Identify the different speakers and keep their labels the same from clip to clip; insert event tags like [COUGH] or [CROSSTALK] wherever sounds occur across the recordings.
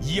Speaker 1: 以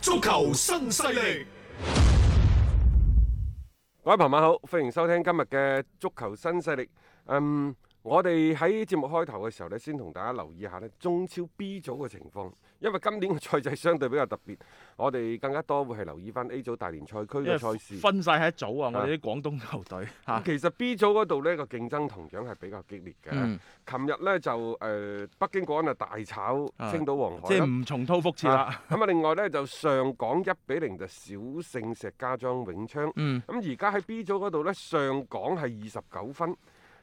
Speaker 1: 足球新勢力，
Speaker 2: 各位朋友好，歡迎收聽今日嘅足球新勢力。嗯，我哋喺節目開頭嘅時候呢，先同大家留意下呢中超 B 組嘅情況，因為今年嘅賽制相對比較特別，我哋更加多會係留意翻 A 組大連賽區
Speaker 3: 因
Speaker 2: 嘅
Speaker 3: 為
Speaker 2: 賽事。
Speaker 3: 分啊晒喺一組啊！我哋啲廣東球隊嚇，
Speaker 2: 其實 B 組嗰度呢個競爭同樣係比較激烈嘅。
Speaker 3: 嗯
Speaker 2: 琴日呢，就誒、呃北京國安啊大炒
Speaker 3: 啊
Speaker 2: 青島黃海
Speaker 3: 即係
Speaker 2: 啦。
Speaker 3: 唔重蹈覆轍啦。
Speaker 2: 啊咁啊，另外呢，就上港一比零就小勝石家莊永昌。
Speaker 3: 嗯，
Speaker 2: 咁而家喺 B 組嗰度呢，上港係二十九分，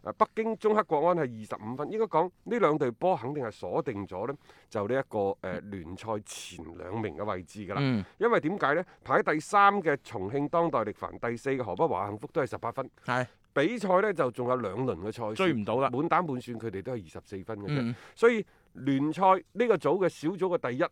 Speaker 2: 啊北京中赫國安係二十五分。應該講呢兩隊波肯定係鎖定咗呢，就呢、一個誒、呃、聯賽前兩名嘅位置㗎啦。
Speaker 3: 嗯
Speaker 2: 因為點解呢？排喺第三嘅重慶當代力帆，第四嘅河北華夏幸福都係十八分。
Speaker 3: 係
Speaker 2: 比賽呢，就仲有兩輪嘅賽事，
Speaker 3: 追唔到啦
Speaker 2: 滿打滿算佢哋都係二十四分嘅啫。
Speaker 3: 嗯
Speaker 2: 所以聯賽呢個組嘅小組嘅第一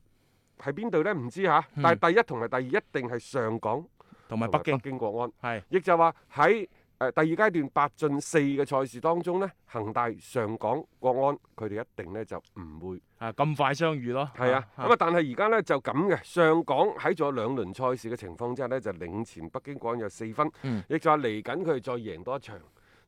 Speaker 2: 係邊隊呢？唔知吓，但係第一同埋第二一定係上港
Speaker 3: 嗯同埋北
Speaker 2: 同埋北
Speaker 3: 京
Speaker 2: 京國安。
Speaker 3: 係
Speaker 2: 亦就話喺誒第二階段八進四嘅賽事當中呢，恒大、上港、國安佢哋一定呢就唔會
Speaker 3: 啊咁快相遇咯。
Speaker 2: 係啊。咁啊，但係而家呢就咁嘅，上港喺仲有兩輪賽事嘅情況之下呢，就領前北京國安有四分，亦、
Speaker 3: 嗯
Speaker 2: 就話嚟緊佢哋再贏多一場，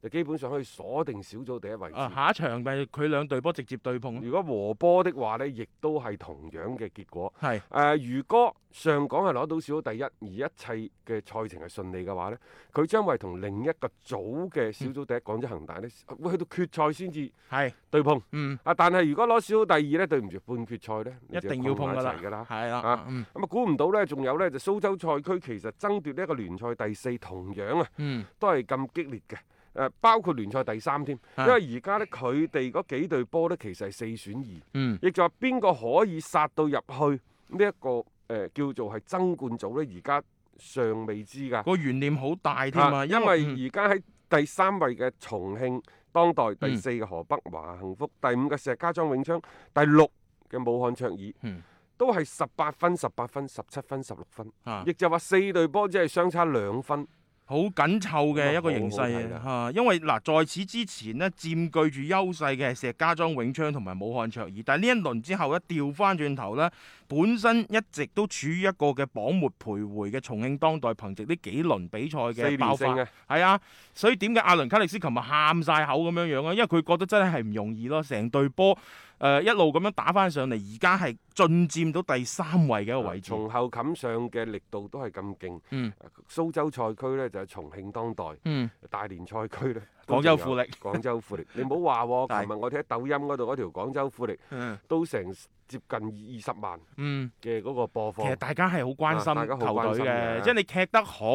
Speaker 2: 就基本上可以鎖定小組第一位置。
Speaker 3: 啊下一場咪佢兩隊波直接對碰咯。
Speaker 2: 如果和波的話呢，亦都係同樣嘅結果。
Speaker 3: 係
Speaker 2: 誒、呃如果上港係攞到小組第一，而一切嘅賽程係順利嘅話呢，佢將會同另一個組嘅小組第一
Speaker 3: 嗯
Speaker 2: 廣州恒大呢，會去到決賽先至
Speaker 3: 係
Speaker 2: 對碰。
Speaker 3: 嗯，
Speaker 2: 啊，但係如果攞小組第二呢，對唔住半決賽呢，你
Speaker 3: 一
Speaker 2: 就
Speaker 3: 定要碰
Speaker 2: 埋
Speaker 3: 㗎
Speaker 2: 一
Speaker 3: 啦
Speaker 2: 齊㗎啦。
Speaker 3: 係啦
Speaker 2: 啊。
Speaker 3: 嗯
Speaker 2: 咁啊，估唔到呢，仲有呢，就蘇州賽區其實爭奪呢一個聯賽第四，同樣啊
Speaker 3: 嗯
Speaker 2: 都係咁激烈嘅。誒，包括聯賽第三添，因
Speaker 3: 啊
Speaker 2: 為而家呢，佢哋嗰幾隊波呢，其實係四選二。
Speaker 3: 嗯
Speaker 2: 亦就話邊個可以殺到入去呢、一個誒、呃叫做係爭冠組呢？而家尚未知㗎。
Speaker 3: 個懸念好大添
Speaker 2: 啊
Speaker 3: 啊，
Speaker 2: 因
Speaker 3: 為
Speaker 2: 為而家喺第三位嘅重慶當代，第
Speaker 3: 嗯
Speaker 2: 四嘅河北華夏幸福，第五嘅石家莊永昌，第六嘅武漢卓爾，
Speaker 3: 嗯
Speaker 2: 都係十八分、十八分、十七分、十六分，
Speaker 3: 啊
Speaker 2: 亦就話四隊波只係相差兩分。
Speaker 3: 好緊湊嘅一個形勢
Speaker 2: 咁啊
Speaker 3: 啊，因為嗱，在此之前呢，佔據住優勢嘅係石家莊永昌同埋武漢卓爾，但係呢一輪之後咧，調翻轉頭呢，本身一直都處於一個嘅榜末徘徊嘅重慶當代，憑藉呢幾輪比賽
Speaker 2: 四連
Speaker 3: 嘅爆發
Speaker 2: 勝嘅，
Speaker 3: 係啊，所以點解阿倫卡力斯琴日喊晒口咁樣樣啊？因為佢覺得真係唔容易咯，成隊波誒一路咁樣打翻上嚟，而家係進佔到第三位嘅一個位置，
Speaker 2: 啊從後冚上嘅力度都係咁勁。啊
Speaker 3: 嗯
Speaker 2: 蘇州賽區呢，就係重慶當代。
Speaker 3: 嗯，
Speaker 2: 大連賽
Speaker 3: [LAUGHS]
Speaker 2: 區咧，
Speaker 3: 廣州富力
Speaker 2: 都仲有 [LAUGHS] 廣州富力，你唔
Speaker 3: [LAUGHS]
Speaker 2: 好話
Speaker 3: 係
Speaker 2: 喎，琴日我睇抖音嗰度嗰條廣州富力
Speaker 3: 嗯
Speaker 2: 都成接近二二十萬
Speaker 3: 嗯。
Speaker 2: 嘅嗰個播放
Speaker 3: 其實，大家係好關
Speaker 2: 啊大
Speaker 3: 心
Speaker 2: 家好
Speaker 3: 球
Speaker 2: 關心
Speaker 3: 隊
Speaker 2: 嘅
Speaker 3: 嘅，即係你踢得好，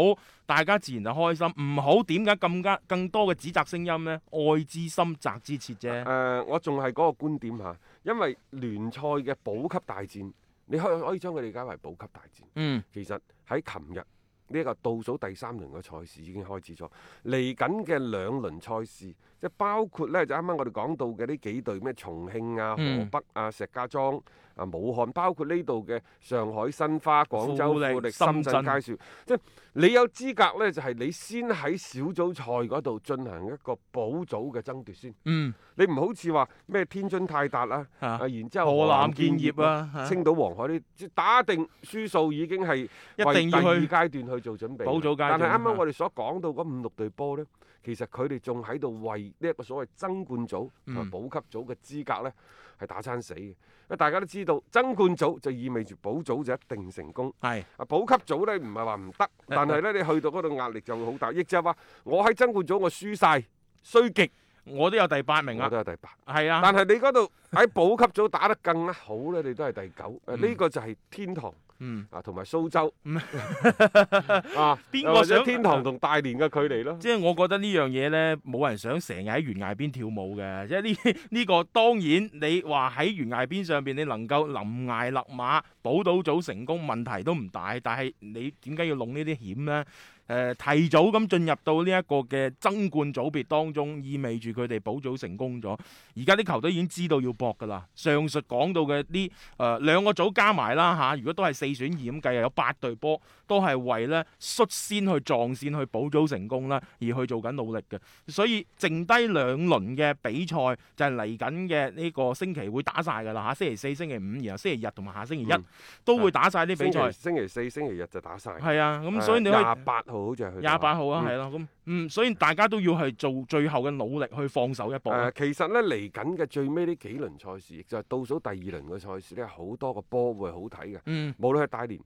Speaker 3: 大家自然就開心。唔好點解咁加更多嘅指責聲音呢？愛之深，責之切
Speaker 2: 誒、
Speaker 3: 啫。
Speaker 2: 我仲係嗰個觀點嚇，因為聯賽嘅保級大戰，你可以可以將佢理解為保級大戰。
Speaker 3: 嗯，
Speaker 2: 其實喺琴日呢一個倒數第三輪嘅賽事已經開始咗，嚟緊嘅兩輪賽事，即係包括呢，就啱啱我哋講到嘅呢幾隊咩重慶啊、河
Speaker 3: 嗯
Speaker 2: 北啊、石家莊啊、武漢，包括呢度嘅上海申花、廣州
Speaker 3: 富力
Speaker 2: 富力、深
Speaker 3: 深
Speaker 2: 圳
Speaker 3: 圳
Speaker 2: 佳兆，即係你有資格呢，就係、你先喺小組賽嗰度進行一個保組嘅爭奪先，
Speaker 3: 嗯，
Speaker 2: 你唔好似話咩天津泰達啦、
Speaker 3: 嚇
Speaker 2: 啊，然之後
Speaker 3: 河
Speaker 2: 南
Speaker 3: 南建業啊，嚇
Speaker 2: 青島黃海呢，即係打定輸數已經係
Speaker 3: 一定要
Speaker 2: 為
Speaker 3: 去
Speaker 2: 第二階段去做準備啦。
Speaker 3: 保組階段
Speaker 2: 但係啱啱我哋所講到嗰五六隊波呢，其實佢哋仲喺度為呢一個所謂爭冠組同
Speaker 3: 嗯
Speaker 2: 埋保級組嘅資格呢係打餐死嘅。因為大家都知道爭冠組就意味住保組就一定成功。
Speaker 3: 係
Speaker 2: 啊，保級組呢唔係話唔
Speaker 3: [LAUGHS]
Speaker 2: 得，但係呢，你去到嗰度壓力就會好大，亦就係話我喺爭冠組我輸晒，衰極
Speaker 3: 我都有第八名
Speaker 2: 我
Speaker 3: 啊
Speaker 2: 都，係第八。
Speaker 3: 係啊，
Speaker 2: 但係你嗰度喺保級組打得更好呢，你都係第九。誒呢個就係天堂
Speaker 3: 嗯，
Speaker 2: 啊，同埋蘇州 [LAUGHS] 啊，
Speaker 3: 邊
Speaker 2: 又
Speaker 3: 個
Speaker 2: 或者
Speaker 3: 想啊
Speaker 2: 天堂同大連嘅距離咯？
Speaker 3: 即係我覺得呢樣嘢呢，冇人想成日喺懸崖邊跳舞嘅。即係呢 [LAUGHS] 呢個當然，你話喺懸崖邊上邊，你能夠臨崖勒馬保到組成功，問題都唔大。但係你點解要弄呢啲險呢？誒、提早咁進入到呢一個嘅爭冠組別當中，意味住佢哋保組成功咗。而家啲球隊已經知道要搏㗎啦。上述講到嘅呢誒呃兩個組加埋啦嚇，如果都係四選二咁計，又有八隊波。都係為咧率先去撞線去保組成功啦，而去做緊努力嘅。所以剩低兩輪嘅比賽就係嚟緊嘅呢個星期會打晒㗎啦嚇，星期四、星期五，然後星期日同埋下星期一、
Speaker 2: 嗯
Speaker 3: 都會打晒啲
Speaker 2: 星
Speaker 3: 比賽
Speaker 2: 期。星期四、星期日就打晒。
Speaker 3: 係啊，咁
Speaker 2: 誒
Speaker 3: 所以你可以。
Speaker 2: 廿八號好似係去打
Speaker 3: 廿八號啊，
Speaker 2: 嗯
Speaker 3: 係咯，咁嗯，所以大家都要係做最後嘅努力去放手一
Speaker 2: 誒、
Speaker 3: 搏啊。
Speaker 2: 其實呢，嚟緊嘅最尾呢幾輪賽事，亦就係倒數第二輪嘅賽事呢，好多個波會好睇嘅。
Speaker 3: 嗯，
Speaker 2: 無論係大連，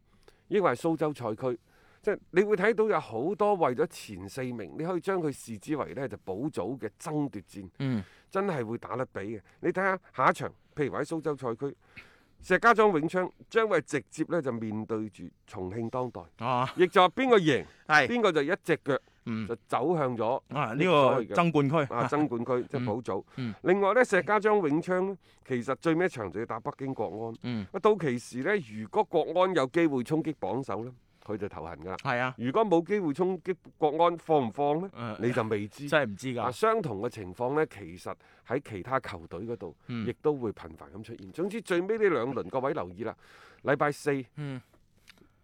Speaker 2: 抑或係蘇州賽區，即係你會睇到有好多為咗前四名，你可以將佢視之為呢就保組嘅爭奪戰，
Speaker 3: 嗯
Speaker 2: 真係會打得比嘅。你睇下下一場，譬如話喺蘇州賽區，石家莊永昌將會直接呢就面對住重慶當代，
Speaker 3: 啊，
Speaker 2: 亦就話邊個贏，
Speaker 3: 係，
Speaker 2: 邊個就一隻腳
Speaker 3: 嗯
Speaker 2: 就走向咗。
Speaker 3: 啊，呢
Speaker 2: 呢個所
Speaker 3: 個
Speaker 2: 謂嘅
Speaker 3: 爭冠區 [LAUGHS]
Speaker 2: 啊，
Speaker 3: 啊
Speaker 2: 爭冠區即
Speaker 3: 嗯
Speaker 2: 係保組。
Speaker 3: 嗯
Speaker 2: 另外呢，石家莊永昌呢，其實最尾一場就要打北京國安。
Speaker 3: 嗯，
Speaker 2: 啊到其時呢，如果國安有機會衝擊榜首呢，佢就頭痕㗎啦。
Speaker 3: 係啊，
Speaker 2: 如果冇機會衝擊國安，放唔放呢？
Speaker 3: 誒
Speaker 2: 你就未知。
Speaker 3: 真係唔知
Speaker 2: 啊，
Speaker 3: 㗎，
Speaker 2: 相同嘅情況呢，其實喺其他球隊嗰度，
Speaker 3: 嗯
Speaker 2: 亦都會頻繁咁出現。總之最尾呢兩輪，各位留意啦。禮拜四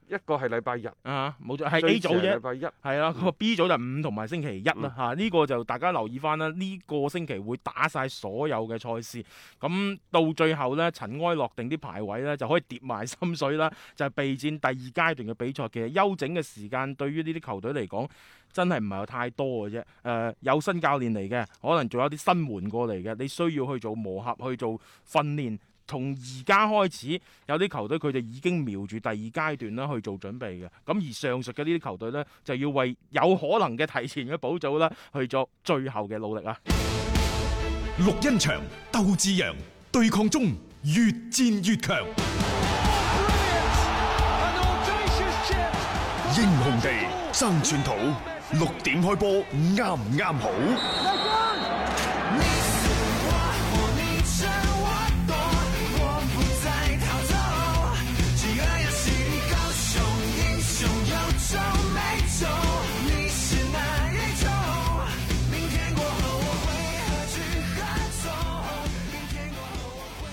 Speaker 2: 一
Speaker 3: 嗯
Speaker 2: 個係禮拜日，
Speaker 3: 啊，冇錯，係
Speaker 2: 最嗯
Speaker 3: A
Speaker 2: 遲
Speaker 3: 組
Speaker 2: 係
Speaker 3: 啫
Speaker 2: 禮。拜一。
Speaker 3: 係啦，個 B 組就五同埋星期一
Speaker 2: 嗯
Speaker 3: 啦嚇，呢、個就大家留意翻啦。呢、個星期會打晒所有嘅賽事，咁到最後呢，塵埃落定啲排位呢，就可以疊埋心水啦， [LAUGHS] 就係備戰第二階段嘅比賽。其實休整嘅時間對於呢啲球隊嚟講，真係唔係有太多嘅啫。誒、有新教練嚟嘅，可能仲有啲新援過嚟嘅，你需要去做磨合，去做訓練。從而家開始，有啲球隊佢就已經瞄住第二階段啦去做準備嘅。咁而上述嘅呢啲球隊呢，就要為有可能嘅提前嘅保組啦，去作最後嘅努力啊！
Speaker 1: 綠茵場鬥志揚，對抗中越戰越強。
Speaker 4: An audacious chip.
Speaker 5: 英雄地爭寸土，六點開波啱唔啱好？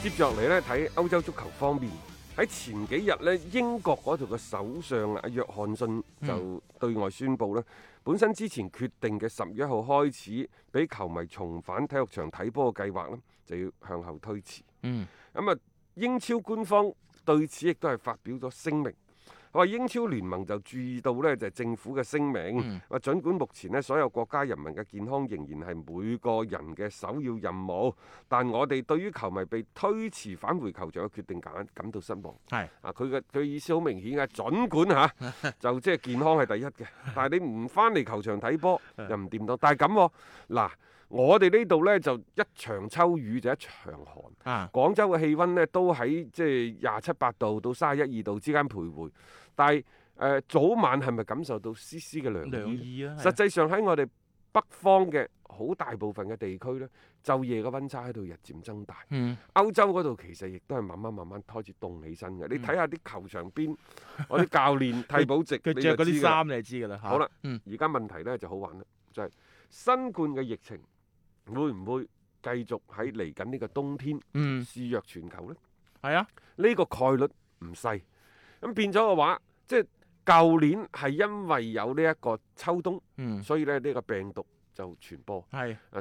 Speaker 2: 接落嚟呢，睇歐洲足球方面，喺前幾日呢，英國嗰度嘅首相啊，約翰遜就對外宣布呢，本身之前決定嘅十月一號開始，俾球迷重返體育場睇波嘅計劃呢，就要向後推遲。
Speaker 3: 嗯，
Speaker 2: 咁啊，英超官方對此亦都係發表咗聲明。佢話英超聯盟就注意到呢，就係、政府嘅聲明，話、儘管目前呢，所有國家人民嘅健康仍然係每個人嘅首要任務，但我哋對於球迷被推遲返回球場嘅決定感感到失望。
Speaker 3: 係
Speaker 2: 啊，佢嘅佢意思好明顯嘅，儘管嚇、就即係健康係第一嘅，但係你唔返嚟球場睇波又唔掂當。但係咁喎，嗱，我哋呢度呢，就一場秋雨就一場寒。
Speaker 3: 啊，
Speaker 2: 廣州嘅氣温呢，都喺即係廿七八度到三十一二度之間徘徊，但係誒、呃早晚係咪感受到絲絲嘅涼
Speaker 3: 兩
Speaker 2: 意？
Speaker 3: 意啦，
Speaker 2: 實際上喺我哋北方嘅好大部分嘅地區呢，晝夜嘅温差喺度日漸增大。
Speaker 3: 嗯
Speaker 2: 歐洲嗰度其實亦都係慢慢慢慢開始凍起身嘅。
Speaker 3: 嗯
Speaker 2: 你睇下啲球場邊，我啲教練替補席，
Speaker 3: 佢
Speaker 2: 你
Speaker 3: 着
Speaker 2: 就
Speaker 3: 嗰啲
Speaker 2: 知㗎啦
Speaker 3: 衫你就知㗎啦嚇。
Speaker 2: 好啦
Speaker 3: 嗯
Speaker 2: 而家問題呢就好玩啦，就係、新冠嘅疫情會唔會繼續喺嚟緊呢個冬天
Speaker 3: 嗯，
Speaker 2: 肆虐全球呢？
Speaker 3: 係啊，
Speaker 2: 呢個概率唔細。咁變咗嘅話，即係舊年係因為有呢一個秋冬，
Speaker 3: 嗯
Speaker 2: 所以咧呢個病毒就傳播。
Speaker 3: 係，
Speaker 2: 啊，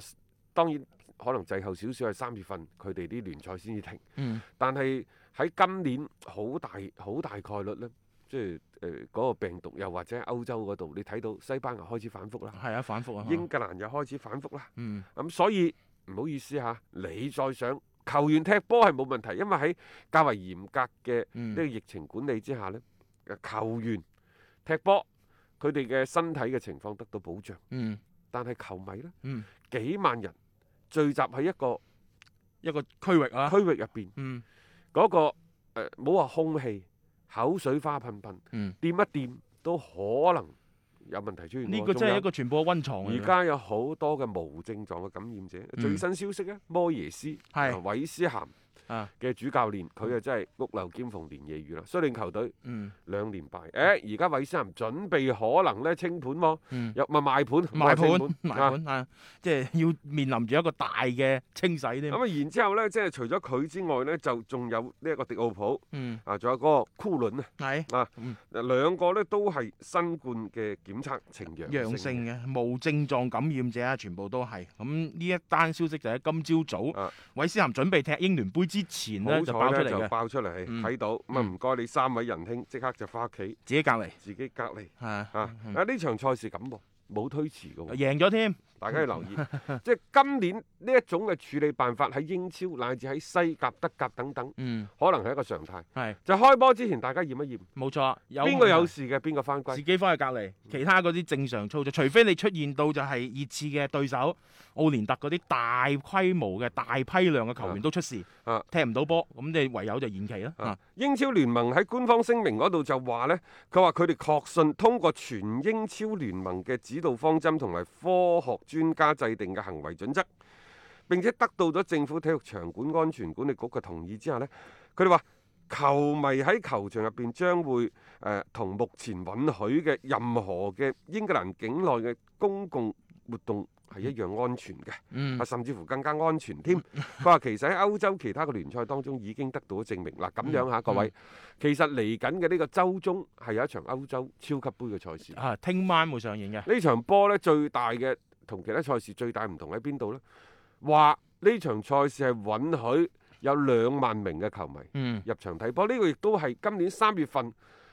Speaker 2: 當然可能滯後少少係三月份，佢哋啲聯賽先至停。
Speaker 3: 嗯
Speaker 2: 但係喺今年好大好大概率呢，即係誒嗰個病毒，又或者喺歐洲嗰度，你睇到西班牙開始反覆啦，
Speaker 3: 係啊，反覆啊，
Speaker 2: 英格蘭又開始反覆啦。
Speaker 3: 嗯
Speaker 2: 咁、所以唔好意思嚇，你再想球員踢波係冇問題，因為喺較為嚴格嘅呢個
Speaker 3: 嗯
Speaker 2: 疫情管理之下呢，誒球員踢波佢哋嘅身體嘅情況得到保障，
Speaker 3: 嗯
Speaker 2: 但係球迷呢，
Speaker 3: 嗯，
Speaker 2: 幾萬人聚集喺一個
Speaker 3: 一個區域啊，
Speaker 2: 區域入邊，
Speaker 3: 嗯
Speaker 2: 嗰、個誒呃冇話空氣口水花噴噴，
Speaker 3: 嗯，
Speaker 2: 掂一掂都可能有問題出現喎。
Speaker 3: 呢個
Speaker 2: 仲
Speaker 3: 真
Speaker 2: 有
Speaker 3: 係一個傳播嘅溫床嚟
Speaker 2: 而
Speaker 3: 㗎。
Speaker 2: 家有好多嘅無症狀嘅感染者，
Speaker 3: 嗯
Speaker 2: 最新消息咧，摩耶斯、
Speaker 3: 係
Speaker 2: 啊韋斯咸
Speaker 3: 啊
Speaker 2: 嘅主教練，佢啊真係屋漏兼逢連夜雨啦，率領球隊
Speaker 3: 嗯
Speaker 2: 兩連敗。誒，而家韋斯咸準備可能咧清盤喎，
Speaker 3: 嗯。
Speaker 2: 又咪賣盤，
Speaker 3: 賣
Speaker 2: 唔係
Speaker 3: 盤
Speaker 2: 清
Speaker 3: 賣
Speaker 2: 啊
Speaker 3: 盤啊！即係要面臨住一個大嘅清洗添
Speaker 2: 咁。啊，然之後呢，即係除咗佢之外呢，就仲有呢一個迪奧普
Speaker 3: 嗯，
Speaker 2: 啊，仲有嗰個庫倫啊，
Speaker 3: 係
Speaker 2: 兩個呢都係新冠嘅檢測呈
Speaker 3: 陽
Speaker 2: 陽性
Speaker 3: 性嘅無症狀感染者啊，全部都係。咁呢一單消息就喺今朝早
Speaker 2: 啊
Speaker 3: 韋斯咸準備踢英聯杯之前呢，
Speaker 2: 好
Speaker 3: 就爆出
Speaker 2: 彩
Speaker 3: 嚟
Speaker 2: 呢就
Speaker 3: 嘅，
Speaker 2: 爆出嚟，
Speaker 3: 嗯
Speaker 2: 睇到咁啊！唔該你三位仁兄，即刻就翻屋企
Speaker 3: 自己隔離
Speaker 2: 自己隔離。
Speaker 3: 係啊
Speaker 2: 啊！啊呢場賽事咁喎，冇推遲嘅喎，
Speaker 3: 贏咗添。
Speaker 2: 大家
Speaker 3: [LAUGHS]
Speaker 2: 要留意。即係今年呢一種嘅處理辦法喺英超乃至喺西甲、德甲等等，
Speaker 3: 嗯，
Speaker 2: 可能係一個常態。
Speaker 3: 係
Speaker 2: 就開波之前，大家驗一驗，
Speaker 3: 冇錯。有
Speaker 2: 邊個
Speaker 3: 可能
Speaker 2: 有嗯事嘅邊個翻
Speaker 3: 自
Speaker 2: 歸。
Speaker 3: 己翻去隔離，其他嗰啲正常操作，除非你出現到就係熱刺嘅對手奧連特嗰啲大規模嘅大批量嘅球員都出事，
Speaker 2: 啊
Speaker 3: 踢唔到波，咁你唯有就延期啦。
Speaker 2: 啊
Speaker 3: 啊，
Speaker 2: 英超聯盟喺官方聲明嗰度就話呢，佢話佢哋確信通過全英超聯盟嘅指導方針同埋科學專家制定嘅行為準則，並且得到咗政府體育場館安全管理局嘅同意之下呢，佢哋話球迷喺球場入邊將會誒、呃同目前允許嘅任何嘅英格蘭境內嘅公共活動係一樣安全嘅。
Speaker 3: 嗯
Speaker 2: 啊，甚至乎更加安全添。 [LAUGHS] 佢話其實喺歐洲其他嘅聯賽當中已經得到證明。嗱，咁
Speaker 3: 嗯
Speaker 2: 樣嚇各位，其實嚟緊嘅呢個週中係有一場歐洲超級杯嘅賽事。
Speaker 3: 啊，聽晚會上映嘅。
Speaker 2: 呢場波呢，最大嘅同其他賽事最大唔同喺邊度呢？話呢場賽事係允許有兩萬名嘅球迷
Speaker 3: 嗯
Speaker 2: 入場睇波，呢、個亦都係今年三月份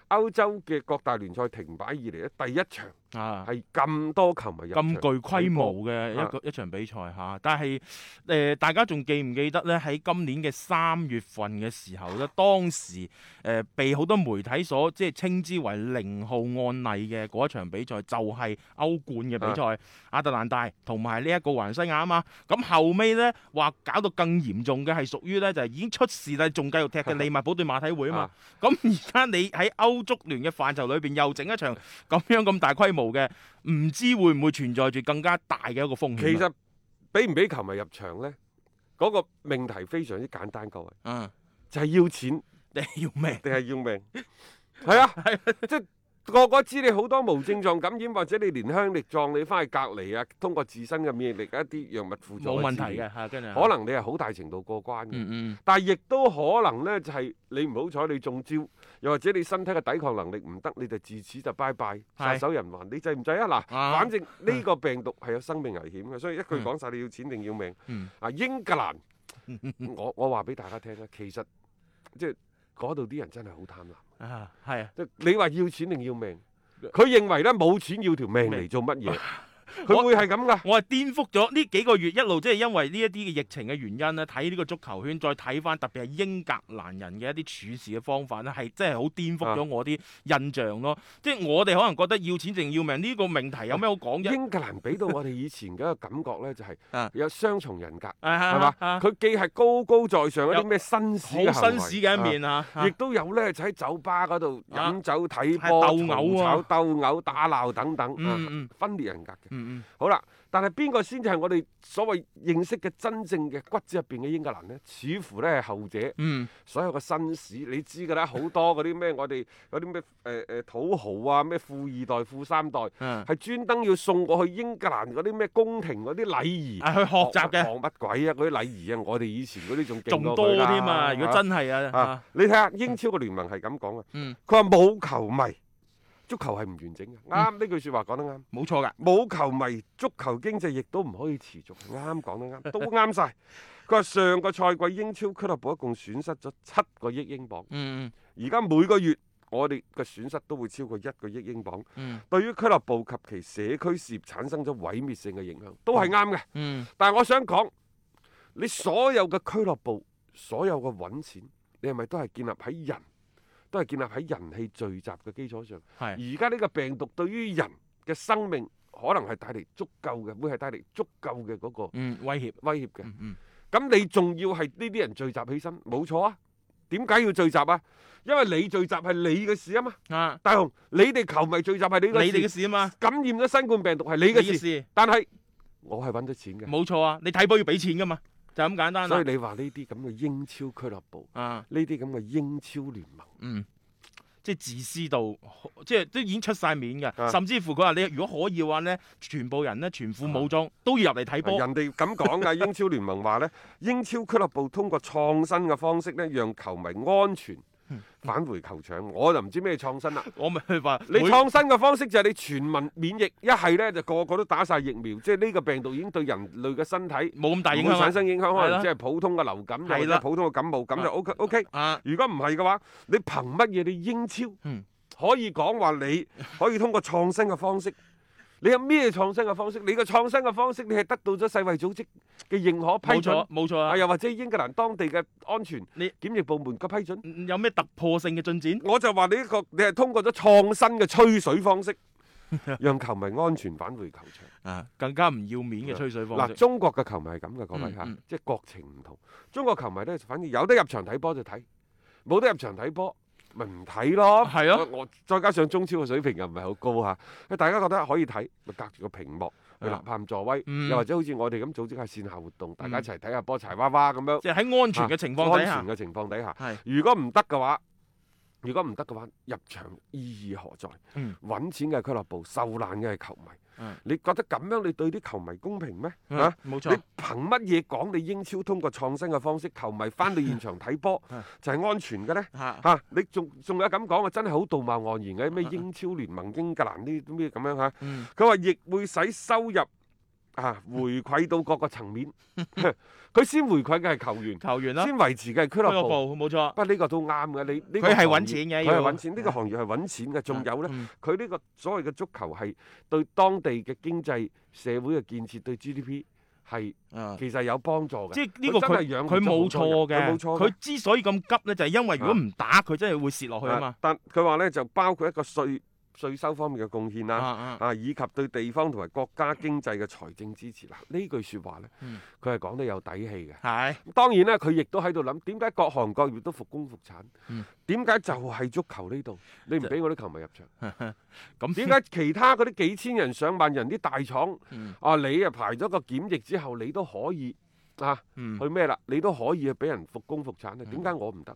Speaker 2: 歐洲嘅各大聯賽停擺以嚟咧第一場
Speaker 3: 啊，
Speaker 2: 係咁多球迷入場
Speaker 3: 咁具規模嘅
Speaker 2: 啊
Speaker 3: 一個一場比賽嚇，但係誒、呃大家仲記唔記得呢？喺今年嘅三月份嘅時候呢，當時誒、呃被好多媒體所即係稱之為零號案例嘅嗰一場比賽，就係、歐冠嘅比賽，
Speaker 2: 啊
Speaker 3: 亞特蘭大同埋呢一個環西亞啊嘛。咁後尾呢，話搞到更嚴重嘅係屬於呢，就係、已經出事啦，仲繼續
Speaker 2: [LAUGHS]
Speaker 3: 踢嘅利物浦對馬體會啊嘛
Speaker 2: 啊。
Speaker 3: 咁而家你喺歐足聯嘅範疇裏邊又整一場咁樣咁大規模嘅。唔知會唔會存在住更加大嘅一個風險啊？
Speaker 2: 其實俾唔俾球迷入場呢？嗰、個命題非常之簡單，各位
Speaker 3: 嗯，
Speaker 2: 就係、要錢
Speaker 3: 你要命
Speaker 2: 定係
Speaker 3: [LAUGHS]
Speaker 2: 要命？係啊，即係個個知你好多無症狀感染，或者你連香力壯，你翻去隔離啊，通過自身嘅免疫力一啲藥物輔助
Speaker 3: 冇問
Speaker 2: 治
Speaker 3: 題
Speaker 2: 療
Speaker 3: 嘅嚇，跟住
Speaker 2: 可能你係好大程度過關嘅。
Speaker 3: 嗯
Speaker 2: 但係亦都可能呢，就係、你唔好彩你中招，又或者你身體嘅抵抗能力唔得，你就自此就拜拜，殺手人還，你制唔制啊？嗱，
Speaker 3: 啊
Speaker 2: 反正呢個病毒係有生命危險嘅，所以一句講晒，你要錢定要命。
Speaker 3: 嗯
Speaker 2: 啊，英格蘭，我我話俾大家聽咧，其實即係嗰度啲人真係好貪婪。
Speaker 3: 嗯啊係啊，
Speaker 2: 即係你話要錢定要命？佢認為咧冇錢要條命嚟做乜
Speaker 3: [LAUGHS]
Speaker 2: 嘢？佢會係咁噶。
Speaker 3: 我係顛覆咗呢幾個月一路即係因為呢一啲嘅疫情嘅原因咧，睇呢個足球圈，再睇翻特別係英格蘭人嘅一啲處事嘅方法咧，係真係好顛覆咗我啲印象咯。
Speaker 2: 嗯
Speaker 3: 即係我哋可能覺得要錢定要命呢個命題有咩好講啫？
Speaker 2: 英格蘭俾到我哋以前嘅一個感覺咧，就係
Speaker 3: 啊
Speaker 2: 有雙重人格，係
Speaker 3: 係
Speaker 2: 嘛？
Speaker 3: [LAUGHS]
Speaker 2: 佢既係高高在上嗰啲
Speaker 3: 啊有
Speaker 2: 咩紳士嘅
Speaker 3: 好
Speaker 2: 行為
Speaker 3: 紳士嘅一面啊！
Speaker 2: 啊亦都有咧就喺酒吧嗰度
Speaker 3: 啊
Speaker 2: 飲酒睇
Speaker 3: 係
Speaker 2: 波、
Speaker 3: 鬥毆啊
Speaker 2: 嘈吵鬥毆、打鬧等等，啊
Speaker 3: 嗯嗯
Speaker 2: 分裂人格嘅。
Speaker 3: 嗯嗯
Speaker 2: 好啦，但係邊個先至係我哋所謂認識嘅真正嘅骨子入邊嘅英格蘭呢？似乎呢係後者。
Speaker 3: 嗯
Speaker 2: 所有嘅紳士，你知㗎啦，好多嗰啲咩我哋嗰啲咩誒誒土豪啊，咩富二代、富三代，
Speaker 3: 嗯
Speaker 2: 係專登要送過去英格蘭嗰啲咩宮廷嗰啲禮儀。
Speaker 3: 啊去學習嘅
Speaker 2: 學乜鬼啊！嗰啲禮儀啊，我哋以前嗰啲仲勁
Speaker 3: 仲
Speaker 2: 過
Speaker 3: 多
Speaker 2: 佢啦
Speaker 3: 添啊！如果真係啊
Speaker 2: 啊
Speaker 3: 啊
Speaker 2: 啊，你睇下英超嘅聯盟係咁講啊，
Speaker 3: 嗯
Speaker 2: 佢話冇球迷，足球係唔完整嘅，啱
Speaker 3: 嗯
Speaker 2: 呢句説話講得啱。
Speaker 3: 冇錯㗎。
Speaker 2: 冇球迷，足球經濟亦都唔可以持續。啱
Speaker 3: [LAUGHS]
Speaker 2: 講得啱，都啱晒。佢話上個賽季英超俱樂部一共損失咗七個億英鎊，
Speaker 3: 嗯嗯。
Speaker 2: 而家每個月我哋嘅損失都會超過一個億英鎊，
Speaker 3: 嗯
Speaker 2: 對於俱樂部及其社區事業產生咗毀滅性嘅影響，都係啱嘅。
Speaker 3: 嗯
Speaker 2: 但係我想講，你所有嘅俱樂部，所有嘅揾錢，你係咪都係建立喺人，都係建立喺人氣聚集嘅基礎上？
Speaker 3: 係
Speaker 2: 而家呢個病毒對於人嘅生命，可能係帶嚟足夠嘅，會係帶嚟足夠嘅嗰個
Speaker 3: 嗯威脅
Speaker 2: 威脅嘅。
Speaker 3: 嗯嗯
Speaker 2: 咁你仲要係呢啲人聚集起身，冇錯啊？點解要聚集啊？因為你聚集係你嘅事啊嘛，
Speaker 3: 啊
Speaker 2: 大雄，你哋球迷聚集係你
Speaker 3: 你
Speaker 2: 嘅
Speaker 3: 哋嘅
Speaker 2: 事，
Speaker 3: 事啊嘛，
Speaker 2: 感染咗新冠病毒係你
Speaker 3: 你
Speaker 2: 嘅
Speaker 3: 嘅
Speaker 2: 事，
Speaker 3: 事
Speaker 2: 但係我係揾咗錢嘅，
Speaker 3: 冇錯啊，你睇波要俾錢噶嘛，就咁簡單
Speaker 2: 所以
Speaker 3: 啦
Speaker 2: 你話呢啲咁嘅英超俱樂部，
Speaker 3: 啊
Speaker 2: 呢啲咁嘅英超聯盟，
Speaker 3: 嗯。即係自私到， [LAUGHS] 即係都已經出晒面
Speaker 2: 啊
Speaker 3: 㗎，甚至乎佢話你如果可以嘅話咧，全部人咧全副
Speaker 2: 啊
Speaker 3: 武裝都要入嚟睇波。
Speaker 2: 人哋咁講㗎，英超聯盟話呢，英超俱樂部通過創新嘅方式呢，讓球迷安全返回球場，我就唔知咩創新啦。
Speaker 3: 我咪話
Speaker 2: 你
Speaker 3: 每
Speaker 2: 創新嘅方式就係你全民免疫，一係呢就個個都打晒疫苗，即係呢個病毒已經對人類嘅身體
Speaker 3: 冇咁大影
Speaker 2: 唔會
Speaker 3: 響啊
Speaker 2: 產生影響，可
Speaker 3: 係
Speaker 2: 能
Speaker 3: 啦
Speaker 2: 即係普通嘅流感又
Speaker 3: 係
Speaker 2: 或者
Speaker 3: 啦
Speaker 2: 普通嘅感冒咁就
Speaker 3: 啊
Speaker 2: O K O K。
Speaker 3: 啊，
Speaker 2: 如果唔係嘅話，你憑乜嘢你英超
Speaker 3: 嗯
Speaker 2: 可以講話你 [LAUGHS] 可以通過創新嘅方式？你有咩創新嘅方式？你嘅創新嘅方式，你係得到咗世衛組織嘅認可批
Speaker 3: 冇
Speaker 2: 准
Speaker 3: 錯，冇錯啊
Speaker 2: 啊，！又或者英格蘭當地嘅安全
Speaker 3: 你
Speaker 2: 檢疫部門嘅批准。
Speaker 3: 嗯有咩突破性嘅進展？
Speaker 2: 我就話你一個，你係通過咗創新嘅吹水方
Speaker 3: [LAUGHS]
Speaker 2: 式，讓球迷安全返回球場。
Speaker 3: 啊，更加唔要面嘅吹水方
Speaker 2: 啊嗱，
Speaker 3: 式。
Speaker 2: 中國嘅球迷係咁嘅，各位
Speaker 3: 嗯
Speaker 2: 嚇，
Speaker 3: 嗯
Speaker 2: 即係國情唔同。中國球迷呢，反正有得入場睇波就睇，冇得入場睇波咪唔睇咯。
Speaker 3: 係啊
Speaker 2: 我我再加上中超嘅水平又唔係好高嚇，大家覺得可以睇，咪隔住個屏幕去
Speaker 3: 啊
Speaker 2: 吶喊助威，
Speaker 3: 嗯
Speaker 2: 又或者好似我哋咁組織下線下活動，大家一齊睇下波柴娃娃咁樣。
Speaker 3: 即係喺安全嘅情況底
Speaker 2: 啊安
Speaker 3: 下，
Speaker 2: 全嘅情況底下，
Speaker 3: 係
Speaker 2: 如果唔得嘅話，如果唔得嘅話，入場意義何在？
Speaker 3: 嗯
Speaker 2: 揾錢嘅俱樂部，受難嘅係球迷。
Speaker 3: 嗯
Speaker 2: 你覺得咁樣你對啲球迷公平咩？
Speaker 3: 嗯
Speaker 2: 啊
Speaker 3: 冇
Speaker 2: 你
Speaker 3: 錯，
Speaker 2: 憑乜嘢講你英超通過創新嘅方式，球迷翻到現場
Speaker 3: [LAUGHS]
Speaker 2: 睇波
Speaker 3: 係
Speaker 2: 就係安全嘅呢？
Speaker 3: 嗯嚇
Speaker 2: 嚇、你仲仲有咁講啊？真係好道貌岸然嘅咩？英超聯盟、英格蘭呢啲咩咁樣嚇？
Speaker 3: 嗯
Speaker 2: 佢話亦會使收入啊回饋到各個
Speaker 3: [LAUGHS]
Speaker 2: 層面，佢先回饋嘅係球員，
Speaker 3: 球員啦，
Speaker 2: 先維持嘅係俱
Speaker 3: 俱
Speaker 2: 樂
Speaker 3: 樂
Speaker 2: 部。
Speaker 3: 部冇錯，
Speaker 2: 不過呢個都啱嘅，你呢個
Speaker 3: 佢係
Speaker 2: 行
Speaker 3: 揾
Speaker 2: 業
Speaker 3: 錢嘅
Speaker 2: 佢係
Speaker 3: 要啊
Speaker 2: 揾錢，呢個行業係揾錢嘅。仲有呢，
Speaker 3: 嗯
Speaker 2: 佢呢個所謂嘅足球係對當地嘅經濟社會嘅建設對 GDP 係
Speaker 3: 啊
Speaker 2: 其實有幫助嘅。
Speaker 3: 即係呢個
Speaker 2: 佢
Speaker 3: 佢
Speaker 2: 真係養
Speaker 3: 佢冇錯
Speaker 2: 活咗好多人
Speaker 3: 嘅，
Speaker 2: 佢冇錯嘅
Speaker 3: 佢之所以咁急咧，就係因為如果唔打，佢真係會蝕落去啊
Speaker 2: 啊
Speaker 3: 嘛。
Speaker 2: 但佢話呢，就包括一個稅税收方面嘅貢獻啦。
Speaker 3: 啊
Speaker 2: 啊，以及對地方同埋國家經濟嘅財政支持嗱，呢句説話呢，
Speaker 3: 嗯
Speaker 2: 佢係講得有底氣嘅。
Speaker 3: 啊，係
Speaker 2: 當然啦，佢亦都喺度諗點解各行各業都復工復產
Speaker 3: 嗯，
Speaker 2: 點解、就係足球呢度你唔俾我啲球迷入場？ [LAUGHS]
Speaker 3: [LAUGHS] 咁
Speaker 2: 點解其他嗰啲幾千人、上萬人啲大廠，
Speaker 3: 嗯
Speaker 2: 啊你啊排咗個檢疫之後，你都可以啊
Speaker 3: 嗯
Speaker 2: 去咩啦？你都可以去俾人復工復產啊？點解我唔得？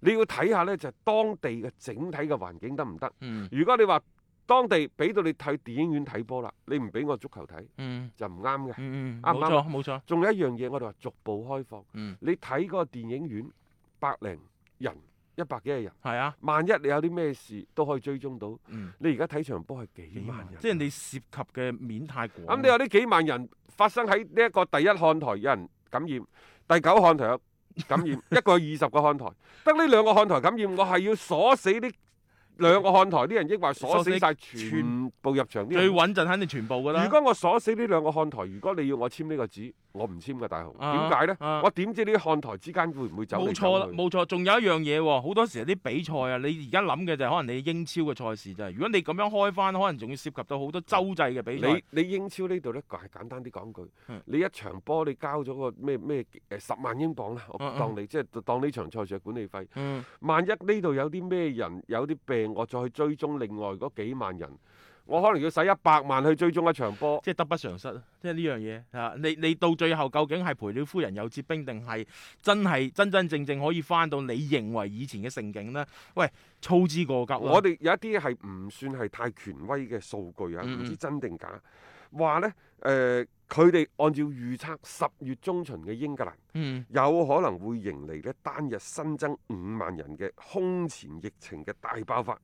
Speaker 2: 你要睇下呢，就係當地嘅整體嘅環境得唔得？
Speaker 3: 嗯
Speaker 2: 如果你話當地俾到你睇電影院睇波啦，你唔俾我足球睇
Speaker 3: 嗯
Speaker 2: 就唔啱嘅。
Speaker 3: 嗯嗯，
Speaker 2: 啱唔
Speaker 3: 冇
Speaker 2: 啱啊
Speaker 3: 錯冇錯，
Speaker 2: 仲有一樣嘢，我哋話逐步開放。
Speaker 3: 嗯
Speaker 2: 你睇嗰個電影院百零人、一百幾個人，
Speaker 3: 係啊，
Speaker 2: 萬一你有啲咩事都可以追蹤到。
Speaker 3: 嗯，
Speaker 2: 你而家睇場波係幾萬人，
Speaker 3: 即係你涉及嘅面太廣。
Speaker 2: 咁你有呢幾萬人發生喺呢一個第一看台有人感染，第九看台有
Speaker 3: [LAUGHS]
Speaker 2: 感染，一個二十個看台，得呢兩個看台感染，我係要鎖死呢兩個看台啲人，抑或鎖死晒全部入場啲
Speaker 3: 最
Speaker 2: 人。
Speaker 3: 穩陣肯定全部㗎啦。
Speaker 2: 如果我鎖死呢兩個看台，如果你要我簽呢個紙，我唔簽嘅大雄。
Speaker 3: 啊
Speaker 2: 點解呢？
Speaker 3: 啊
Speaker 2: 我點知呢啲看台之間會唔會走
Speaker 3: 冇
Speaker 2: 嚟
Speaker 3: 錯
Speaker 2: 走
Speaker 3: 啦，
Speaker 2: 去？
Speaker 3: 冇錯。仲有一樣嘢喎，好多時啲比賽啊，你而家諗嘅就係可能你英超嘅賽事就係，如果你咁樣開翻，可能仲要涉及到好多洲際嘅比賽。
Speaker 2: 你你英超呢度呢，簡簡單啲講句
Speaker 3: 嗯，
Speaker 2: 你一場波你交咗個咩咩誒十萬英鎊啦，我
Speaker 3: 嗯嗯
Speaker 2: 當你即係當呢場賽事嘅管理費。
Speaker 3: 嗯，
Speaker 2: 萬一呢度有啲咩人有啲病，我再去追蹤另外嗰幾萬人，我可能要使一百萬去追蹤一場波。
Speaker 3: 即係得不償失啊！即係呢樣嘢啊！你你到最後究竟係賠了夫人又折兵，定係真係真真正正可以翻到你認為以前嘅盛景呢？喂，操之過急啊！
Speaker 2: 我哋有一啲係唔算係太權威嘅數據啊，
Speaker 3: 嗯嗯
Speaker 2: 唔知真定假。話呢，誒、呃佢哋按照預測，十月中旬嘅英格蘭
Speaker 3: 嗯
Speaker 2: 有可能會迎嚟呢單日新增五萬人嘅空前疫情嘅大爆發，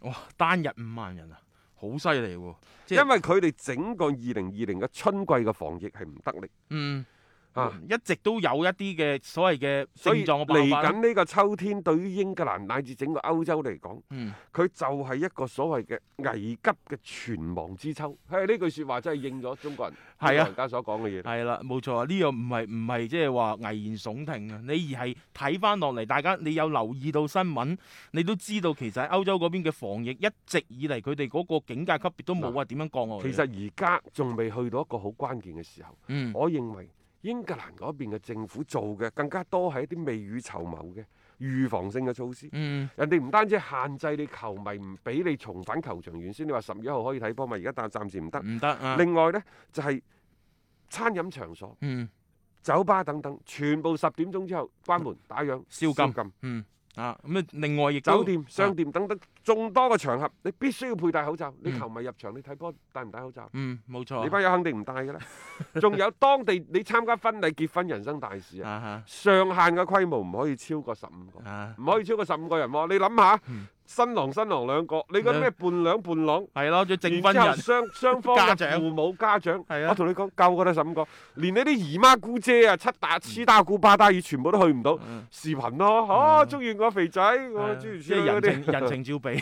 Speaker 3: 哇，單日五萬人啊，好犀利喎！即
Speaker 2: 因
Speaker 3: 係
Speaker 2: 為佢哋整個二零二零嘅春季嘅防疫係唔得力。
Speaker 3: 嗯
Speaker 2: 嚇、啊
Speaker 3: 一直都有一啲嘅所謂嘅
Speaker 2: 所以
Speaker 3: 症狀嘅
Speaker 2: 嚟
Speaker 3: 爆發啦。
Speaker 2: 緊呢個秋天，對於英格蘭乃至整個歐洲嚟講，
Speaker 3: 嗯，
Speaker 2: 佢就係一個所謂嘅危急嘅存亡之秋。係呢句説話真係應咗中國人
Speaker 3: 係啊
Speaker 2: 中國人家所講嘅嘢。
Speaker 3: 係啦，冇錯啊！呢個唔係唔係即係話危言聳聽啊，你而係睇翻落嚟，大家你有留意到新聞，你都知道其實喺歐洲嗰邊嘅防疫一直以嚟佢哋嗰個警戒級別都冇話點樣降落嚟。啊
Speaker 2: 其實而家仲未去到一個好關鍵嘅時候，
Speaker 3: 嗯
Speaker 2: 我認為英格蘭嗰邊嘅政府做嘅更加多係一啲未雨綢繆嘅預防性嘅措施。
Speaker 3: 嗯
Speaker 2: 人哋唔單止限制你球迷唔俾你重返球場，原先你話十月一號可以睇波嘛，而家但暫時唔得。
Speaker 3: 唔得啊，
Speaker 2: 另外呢，就係、餐飲場所、
Speaker 3: 嗯
Speaker 2: 酒吧等等，全部十點鐘之後關門打烊、
Speaker 3: 宵禁嗯啊咁啊，另外亦都啊
Speaker 2: 酒店、商店等等眾多嘅場合，你必須要佩戴口罩。你球迷入場，你睇波戴唔戴口罩？
Speaker 3: 嗯冇錯
Speaker 2: 你班友肯定唔戴㗎啦。仲有當地你參加婚禮結婚人生大事啊，
Speaker 3: 啊
Speaker 2: 上限嘅規模唔可以超過十五個
Speaker 3: 嚇，啊嗯
Speaker 2: 唔可以超過十五個人喎。你諗下，新郎新郎兩個，你嗰啲咩伴娘伴郎。
Speaker 3: 係咯，仲嗯證婚
Speaker 2: 然
Speaker 3: 人
Speaker 2: 之後雙雙方
Speaker 3: 家
Speaker 2: 嘅
Speaker 3: 長
Speaker 2: 父母家長，
Speaker 3: 係啊
Speaker 2: 我同你講夠㗎啦，十五個，連你啲姨媽姑姐啊、七打黐打姑巴打爾全部都去唔到，
Speaker 3: 嗯
Speaker 2: 視頻咯，哦，中意我肥仔，
Speaker 3: 係
Speaker 2: 我
Speaker 3: 啊
Speaker 2: 諸如
Speaker 3: 即
Speaker 2: 此
Speaker 3: 係
Speaker 2: 類
Speaker 3: 人
Speaker 2: 嗰
Speaker 3: 情 [LAUGHS]
Speaker 2: 啲。
Speaker 3: 人情照俾，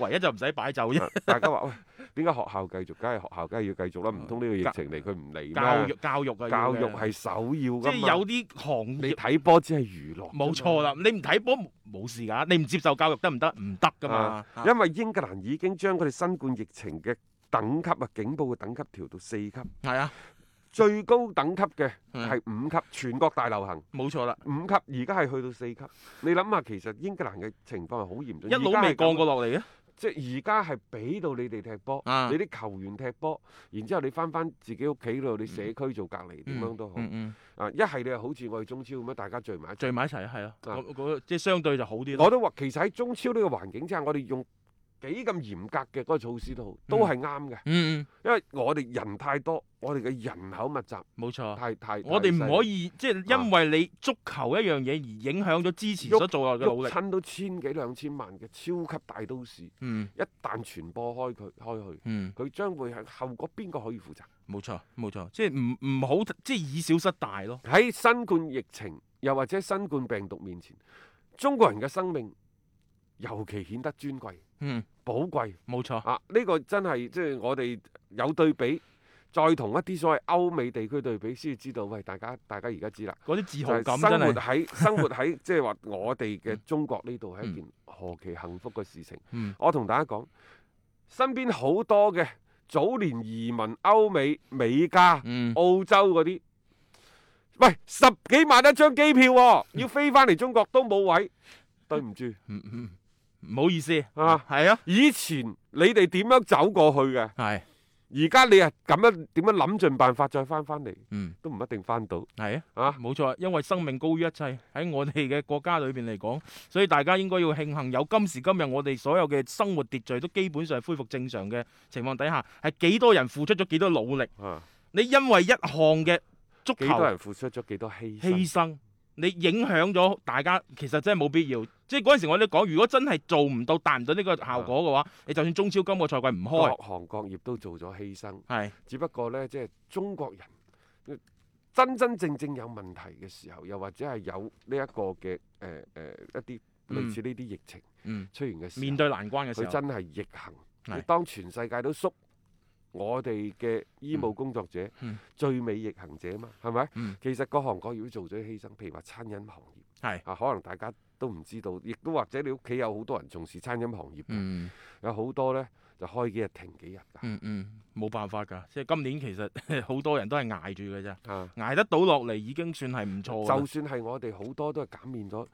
Speaker 3: 唯一就唔使擺酒啫。
Speaker 2: 大家話喂，點解學校繼續？梗係學校梗係要繼續啦，唔通呢個疫情嚟佢唔嚟咩？
Speaker 3: 教育教育啊，
Speaker 2: 教育
Speaker 3: 要嘅
Speaker 2: 係首要
Speaker 3: 即
Speaker 2: 噶
Speaker 3: 係
Speaker 2: 嘛。
Speaker 3: 有啲行
Speaker 2: 你嗯
Speaker 3: 業
Speaker 2: 睇波只係娛樂，
Speaker 3: 冇錯。啊啦，你唔睇波冇冇事㗎，你唔接受教育得唔得？唔得㗎嘛
Speaker 2: 啊。因為英格蘭已經將佢哋新冠疫情嘅等級啊，警報嘅等級調到四級，
Speaker 3: 係啊，
Speaker 2: 最高等級嘅
Speaker 3: 嗯
Speaker 2: 係五級，全國大流行
Speaker 3: 冇錯啦，
Speaker 2: 五級，而家係去到四級。你諗下，其實英格蘭嘅情況係好嚴重，
Speaker 3: 一路
Speaker 2: 而家係
Speaker 3: 未降
Speaker 2: 咁啊
Speaker 3: 過，落嚟嘅。
Speaker 2: 即係而家係俾到你哋踢波，
Speaker 3: 啊
Speaker 2: 你啲球員踢波，然之後你翻翻自己屋企度，你社區做隔離點樣都好。
Speaker 3: 嗯嗯，
Speaker 2: 啊，一係你係好似我哋中超咁樣，大家聚埋一齊。
Speaker 3: 聚埋一齊係啊，
Speaker 2: 啊
Speaker 3: 嗰嗰即係相對就好啲咯。
Speaker 2: 我都話其實喺中超呢個環境之下，我哋用幾咁嚴格嘅嗰個措施都好，都係啱嘅，
Speaker 3: 嗯
Speaker 2: 因為我哋人太多，我哋嘅人口密集，
Speaker 3: 嗯，冇錯。
Speaker 2: 太太
Speaker 3: 我哋唔可
Speaker 2: 以
Speaker 3: 以即係因為你足球一樣嘢而影響咗之前所做落嘅努
Speaker 2: 喐
Speaker 3: 力。
Speaker 2: 親到千幾兩千萬嘅超級大都市，
Speaker 3: 嗯
Speaker 2: 一旦傳播開佢開去，
Speaker 3: 嗯，
Speaker 2: 佢將會係後果邊個可以負責？
Speaker 3: 冇錯冇錯，即係唔唔好即係以小失大咯。
Speaker 2: 喺新冠疫情又或者新冠病毒面前，中國人嘅生命尤其顯得尊貴、
Speaker 3: 嗯，
Speaker 2: 寶貴。
Speaker 3: 冇錯。
Speaker 2: 啊！呢、個真係即係我哋有對比，再同一啲所謂歐美地區對比，先至知道喂，大家大家而家知啦。
Speaker 3: 嗰啲自
Speaker 2: 就
Speaker 3: 豪
Speaker 2: 係
Speaker 3: 感真
Speaker 2: 生活
Speaker 3: 係， [LAUGHS]
Speaker 2: 喺生活喺即係話我哋嘅中國呢度係一件何其幸福嘅事情。
Speaker 3: 嗯
Speaker 2: 我同大家講，身邊好多嘅早年移民歐美、美加、
Speaker 3: 嗯
Speaker 2: 澳洲嗰啲，喂十幾萬一張機票、喎，要飛翻嚟中國都冇位，對唔住
Speaker 3: 嗯嗯，唔好意思
Speaker 2: 啊！
Speaker 3: 係啊，
Speaker 2: 以前你哋點樣走過去嘅？
Speaker 3: 係。
Speaker 2: 而家你係咁樣點樣諗盡辦法再翻翻嚟，
Speaker 3: 嗯，
Speaker 2: 都唔一定翻到
Speaker 3: 係啊，
Speaker 2: 啊！
Speaker 3: 冇錯，因為生命高於一切。喺我哋嘅國家裏邊嚟講，所以大家應該要慶幸有今時今日，我哋所有嘅生活秩序都基本上係恢復正常嘅情況底下，係幾多人付出咗幾多努力？
Speaker 2: 啊，
Speaker 3: 你因為一項嘅足球
Speaker 2: 幾多人付出咗幾多犧
Speaker 3: 犧
Speaker 2: 牲？
Speaker 3: 牲，你影響咗大家，其實真係冇必要。即係嗰陣時我哋講，如果真係做唔到達唔到呢個效果嘅話，你就算中超今個賽季唔
Speaker 2: 各
Speaker 3: 開，
Speaker 2: 行各業都做咗犧牲，
Speaker 3: 係
Speaker 2: 只不過呢，即係中國人真真正正有問題嘅時候，又或者係有呢一個嘅誒誒一啲類似呢啲疫情
Speaker 3: 嗯
Speaker 2: 出現嘅時候，
Speaker 3: 面對難關嘅時
Speaker 2: 佢
Speaker 3: 候，
Speaker 2: 真係逆行。
Speaker 3: 係
Speaker 2: 你當全世界都縮，我哋嘅醫務工作者、
Speaker 3: 嗯
Speaker 2: 最尾逆行者嘛，係咪？
Speaker 3: 嗯
Speaker 2: 其實各行各業都做咗啲犧牲，譬如話餐飲行業。
Speaker 3: 係
Speaker 2: 啊，可能大家都唔知道，亦都或者你屋企有好多人從事餐飲行業嘅，
Speaker 3: 嗯。
Speaker 2: 有好多呢就開幾日停幾日㗎。
Speaker 3: 嗯嗯，冇辦法㗎，即係今年其實 [LAUGHS] 好多人都係捱住嘅啫，
Speaker 2: 啊
Speaker 3: 捱得到落嚟已經算係唔錯㗎啦
Speaker 2: 就算係我哋好多都係減免咗，誒、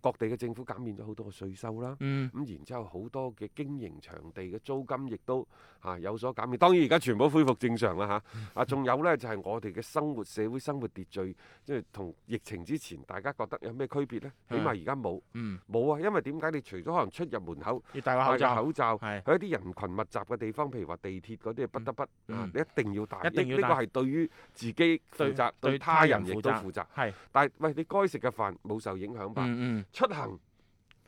Speaker 2: 各地嘅政府減免咗好多嘅稅收啦，咁、
Speaker 3: 嗯，
Speaker 2: 然之後好多嘅經營場地嘅租金亦都嚇、啊有所減免。當然而家全部恢復正常啦嚇，
Speaker 3: 嗯
Speaker 2: 啊仲有呢，就係、我哋嘅生活社會生活秩序，即係同疫情之前大家覺得有咩區別呢？起
Speaker 3: 嗯
Speaker 2: 碼而家冇，
Speaker 3: 嗯
Speaker 2: 冇啊，因為點解？你除咗可能出入門口。
Speaker 3: 要戴個
Speaker 2: 戴
Speaker 3: 口
Speaker 2: 個
Speaker 3: 罩，
Speaker 2: 口罩，
Speaker 3: 係
Speaker 2: 喺一啲人群密集嘅地方，譬如話地鐵嗰啲，不得不啊
Speaker 3: 嗯
Speaker 2: 你一定要戴，
Speaker 3: 一定
Speaker 2: 呢
Speaker 3: 要戴
Speaker 2: 呢個係對於自己負責，對
Speaker 3: 對
Speaker 2: 他人亦
Speaker 3: 負
Speaker 2: 都負責。
Speaker 3: 係，
Speaker 2: 但係喂，你該食嘅飯冇受影響吧？
Speaker 3: 嗯嗯，
Speaker 2: 出行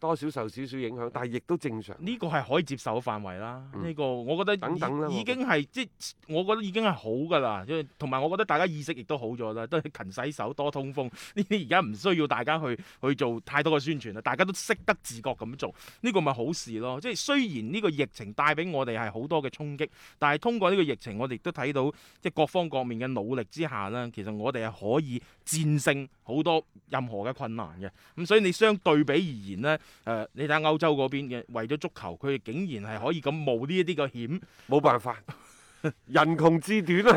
Speaker 2: 多少受少少影響，但係亦都正常。
Speaker 3: 呢個係可以接受嘅範圍啦。呢、
Speaker 2: 嗯
Speaker 3: 個我覺得已
Speaker 2: 等等啦
Speaker 3: 已
Speaker 2: 我覺得
Speaker 3: 經係即係我覺得已經係好㗎啦。因為同埋我覺得大家意識亦都好咗啦，都係 [LAUGHS] 勤洗手、多通風呢啲而家唔需要大家去去做太多嘅宣傳啦，大家都識得自覺咁做，呢、個咪好事咯。即係雖然呢個疫情帶俾我哋係好多嘅衝擊，但係通過呢個疫情，我哋亦都睇到即係各方各面嘅努力之下呢，其實我哋係可以戰勝好多任何嘅困難嘅。咁所以你相對比而言呢，誒、你睇歐洲嗰邊嘅為咗足球，佢哋竟然係可以咁冒呢一啲嘅險，
Speaker 2: 冇辦法，人窮志短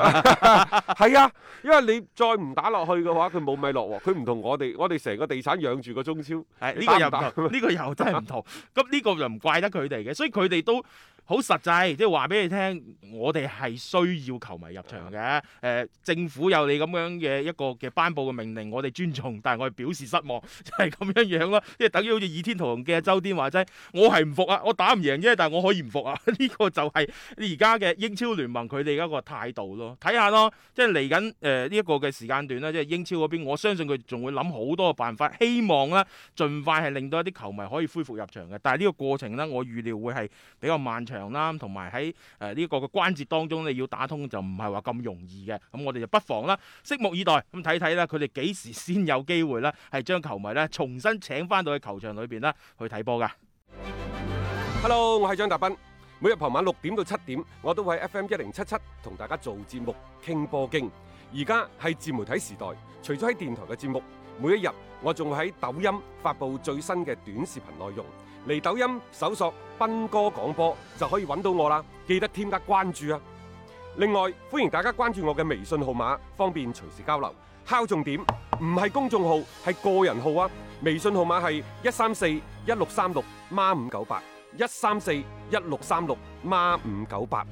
Speaker 2: 啊！係啊，因為你再唔打落去嘅話，佢冇米落喎。佢唔同我哋，我哋成個地產養住個中超。
Speaker 3: 係呢、
Speaker 2: 你
Speaker 3: 個又唔
Speaker 2: 打唔
Speaker 3: 同，呢個又真係唔同。咁呢個就唔怪得佢哋嘅，所以佢哋都好實際，即係話俾你聽，我哋係需要球迷入場嘅。誒、政府有你咁樣嘅一個嘅頒布嘅命令，我哋尊重，但係我哋表示失望，就係、咁樣樣咯。即係等於好似倚天屠龍記嘅啊周天話齋，我係唔服啊，我打唔贏啫，但係我可以唔服啊。 [LAUGHS] 呢個就係而家嘅英超聯盟佢哋一個態度咯，睇下咯，即係嚟緊誒呢一個嘅時間段啦，即係英超嗰邊，我相信佢仲會諗好多嘅辦法，希望咧盡快係令到一啲球迷可以恢復入場嘅。但係呢個過程呢，我預料會係比較漫長啦，同埋喺誒呢個嘅關節當中你要打通就唔係話咁容易嘅。咁我哋就不妨啦，拭目以待，咁睇睇啦，佢哋幾時先有機會咧係將球迷咧重新請翻到去球場裏邊啦去睇波㗎。
Speaker 2: Hello，我係張達斌。每日傍晚六點到七點，我都會喺 FM 一零七七同大家做節目傾波經。而家係自媒體時代，除咗喺電台嘅節目，每一日我仲會喺抖音發布最新嘅短視頻內容。嚟抖音搜索斌哥廣播就可以揾到我啦，記得添加關注啊！另外，歡迎大家關注我嘅微信號碼，方便隨時交流。敲重點，唔係公眾號，係個人號啊！微信號碼係一三四一六三六孖五九八，一三四一六三六孖五九八。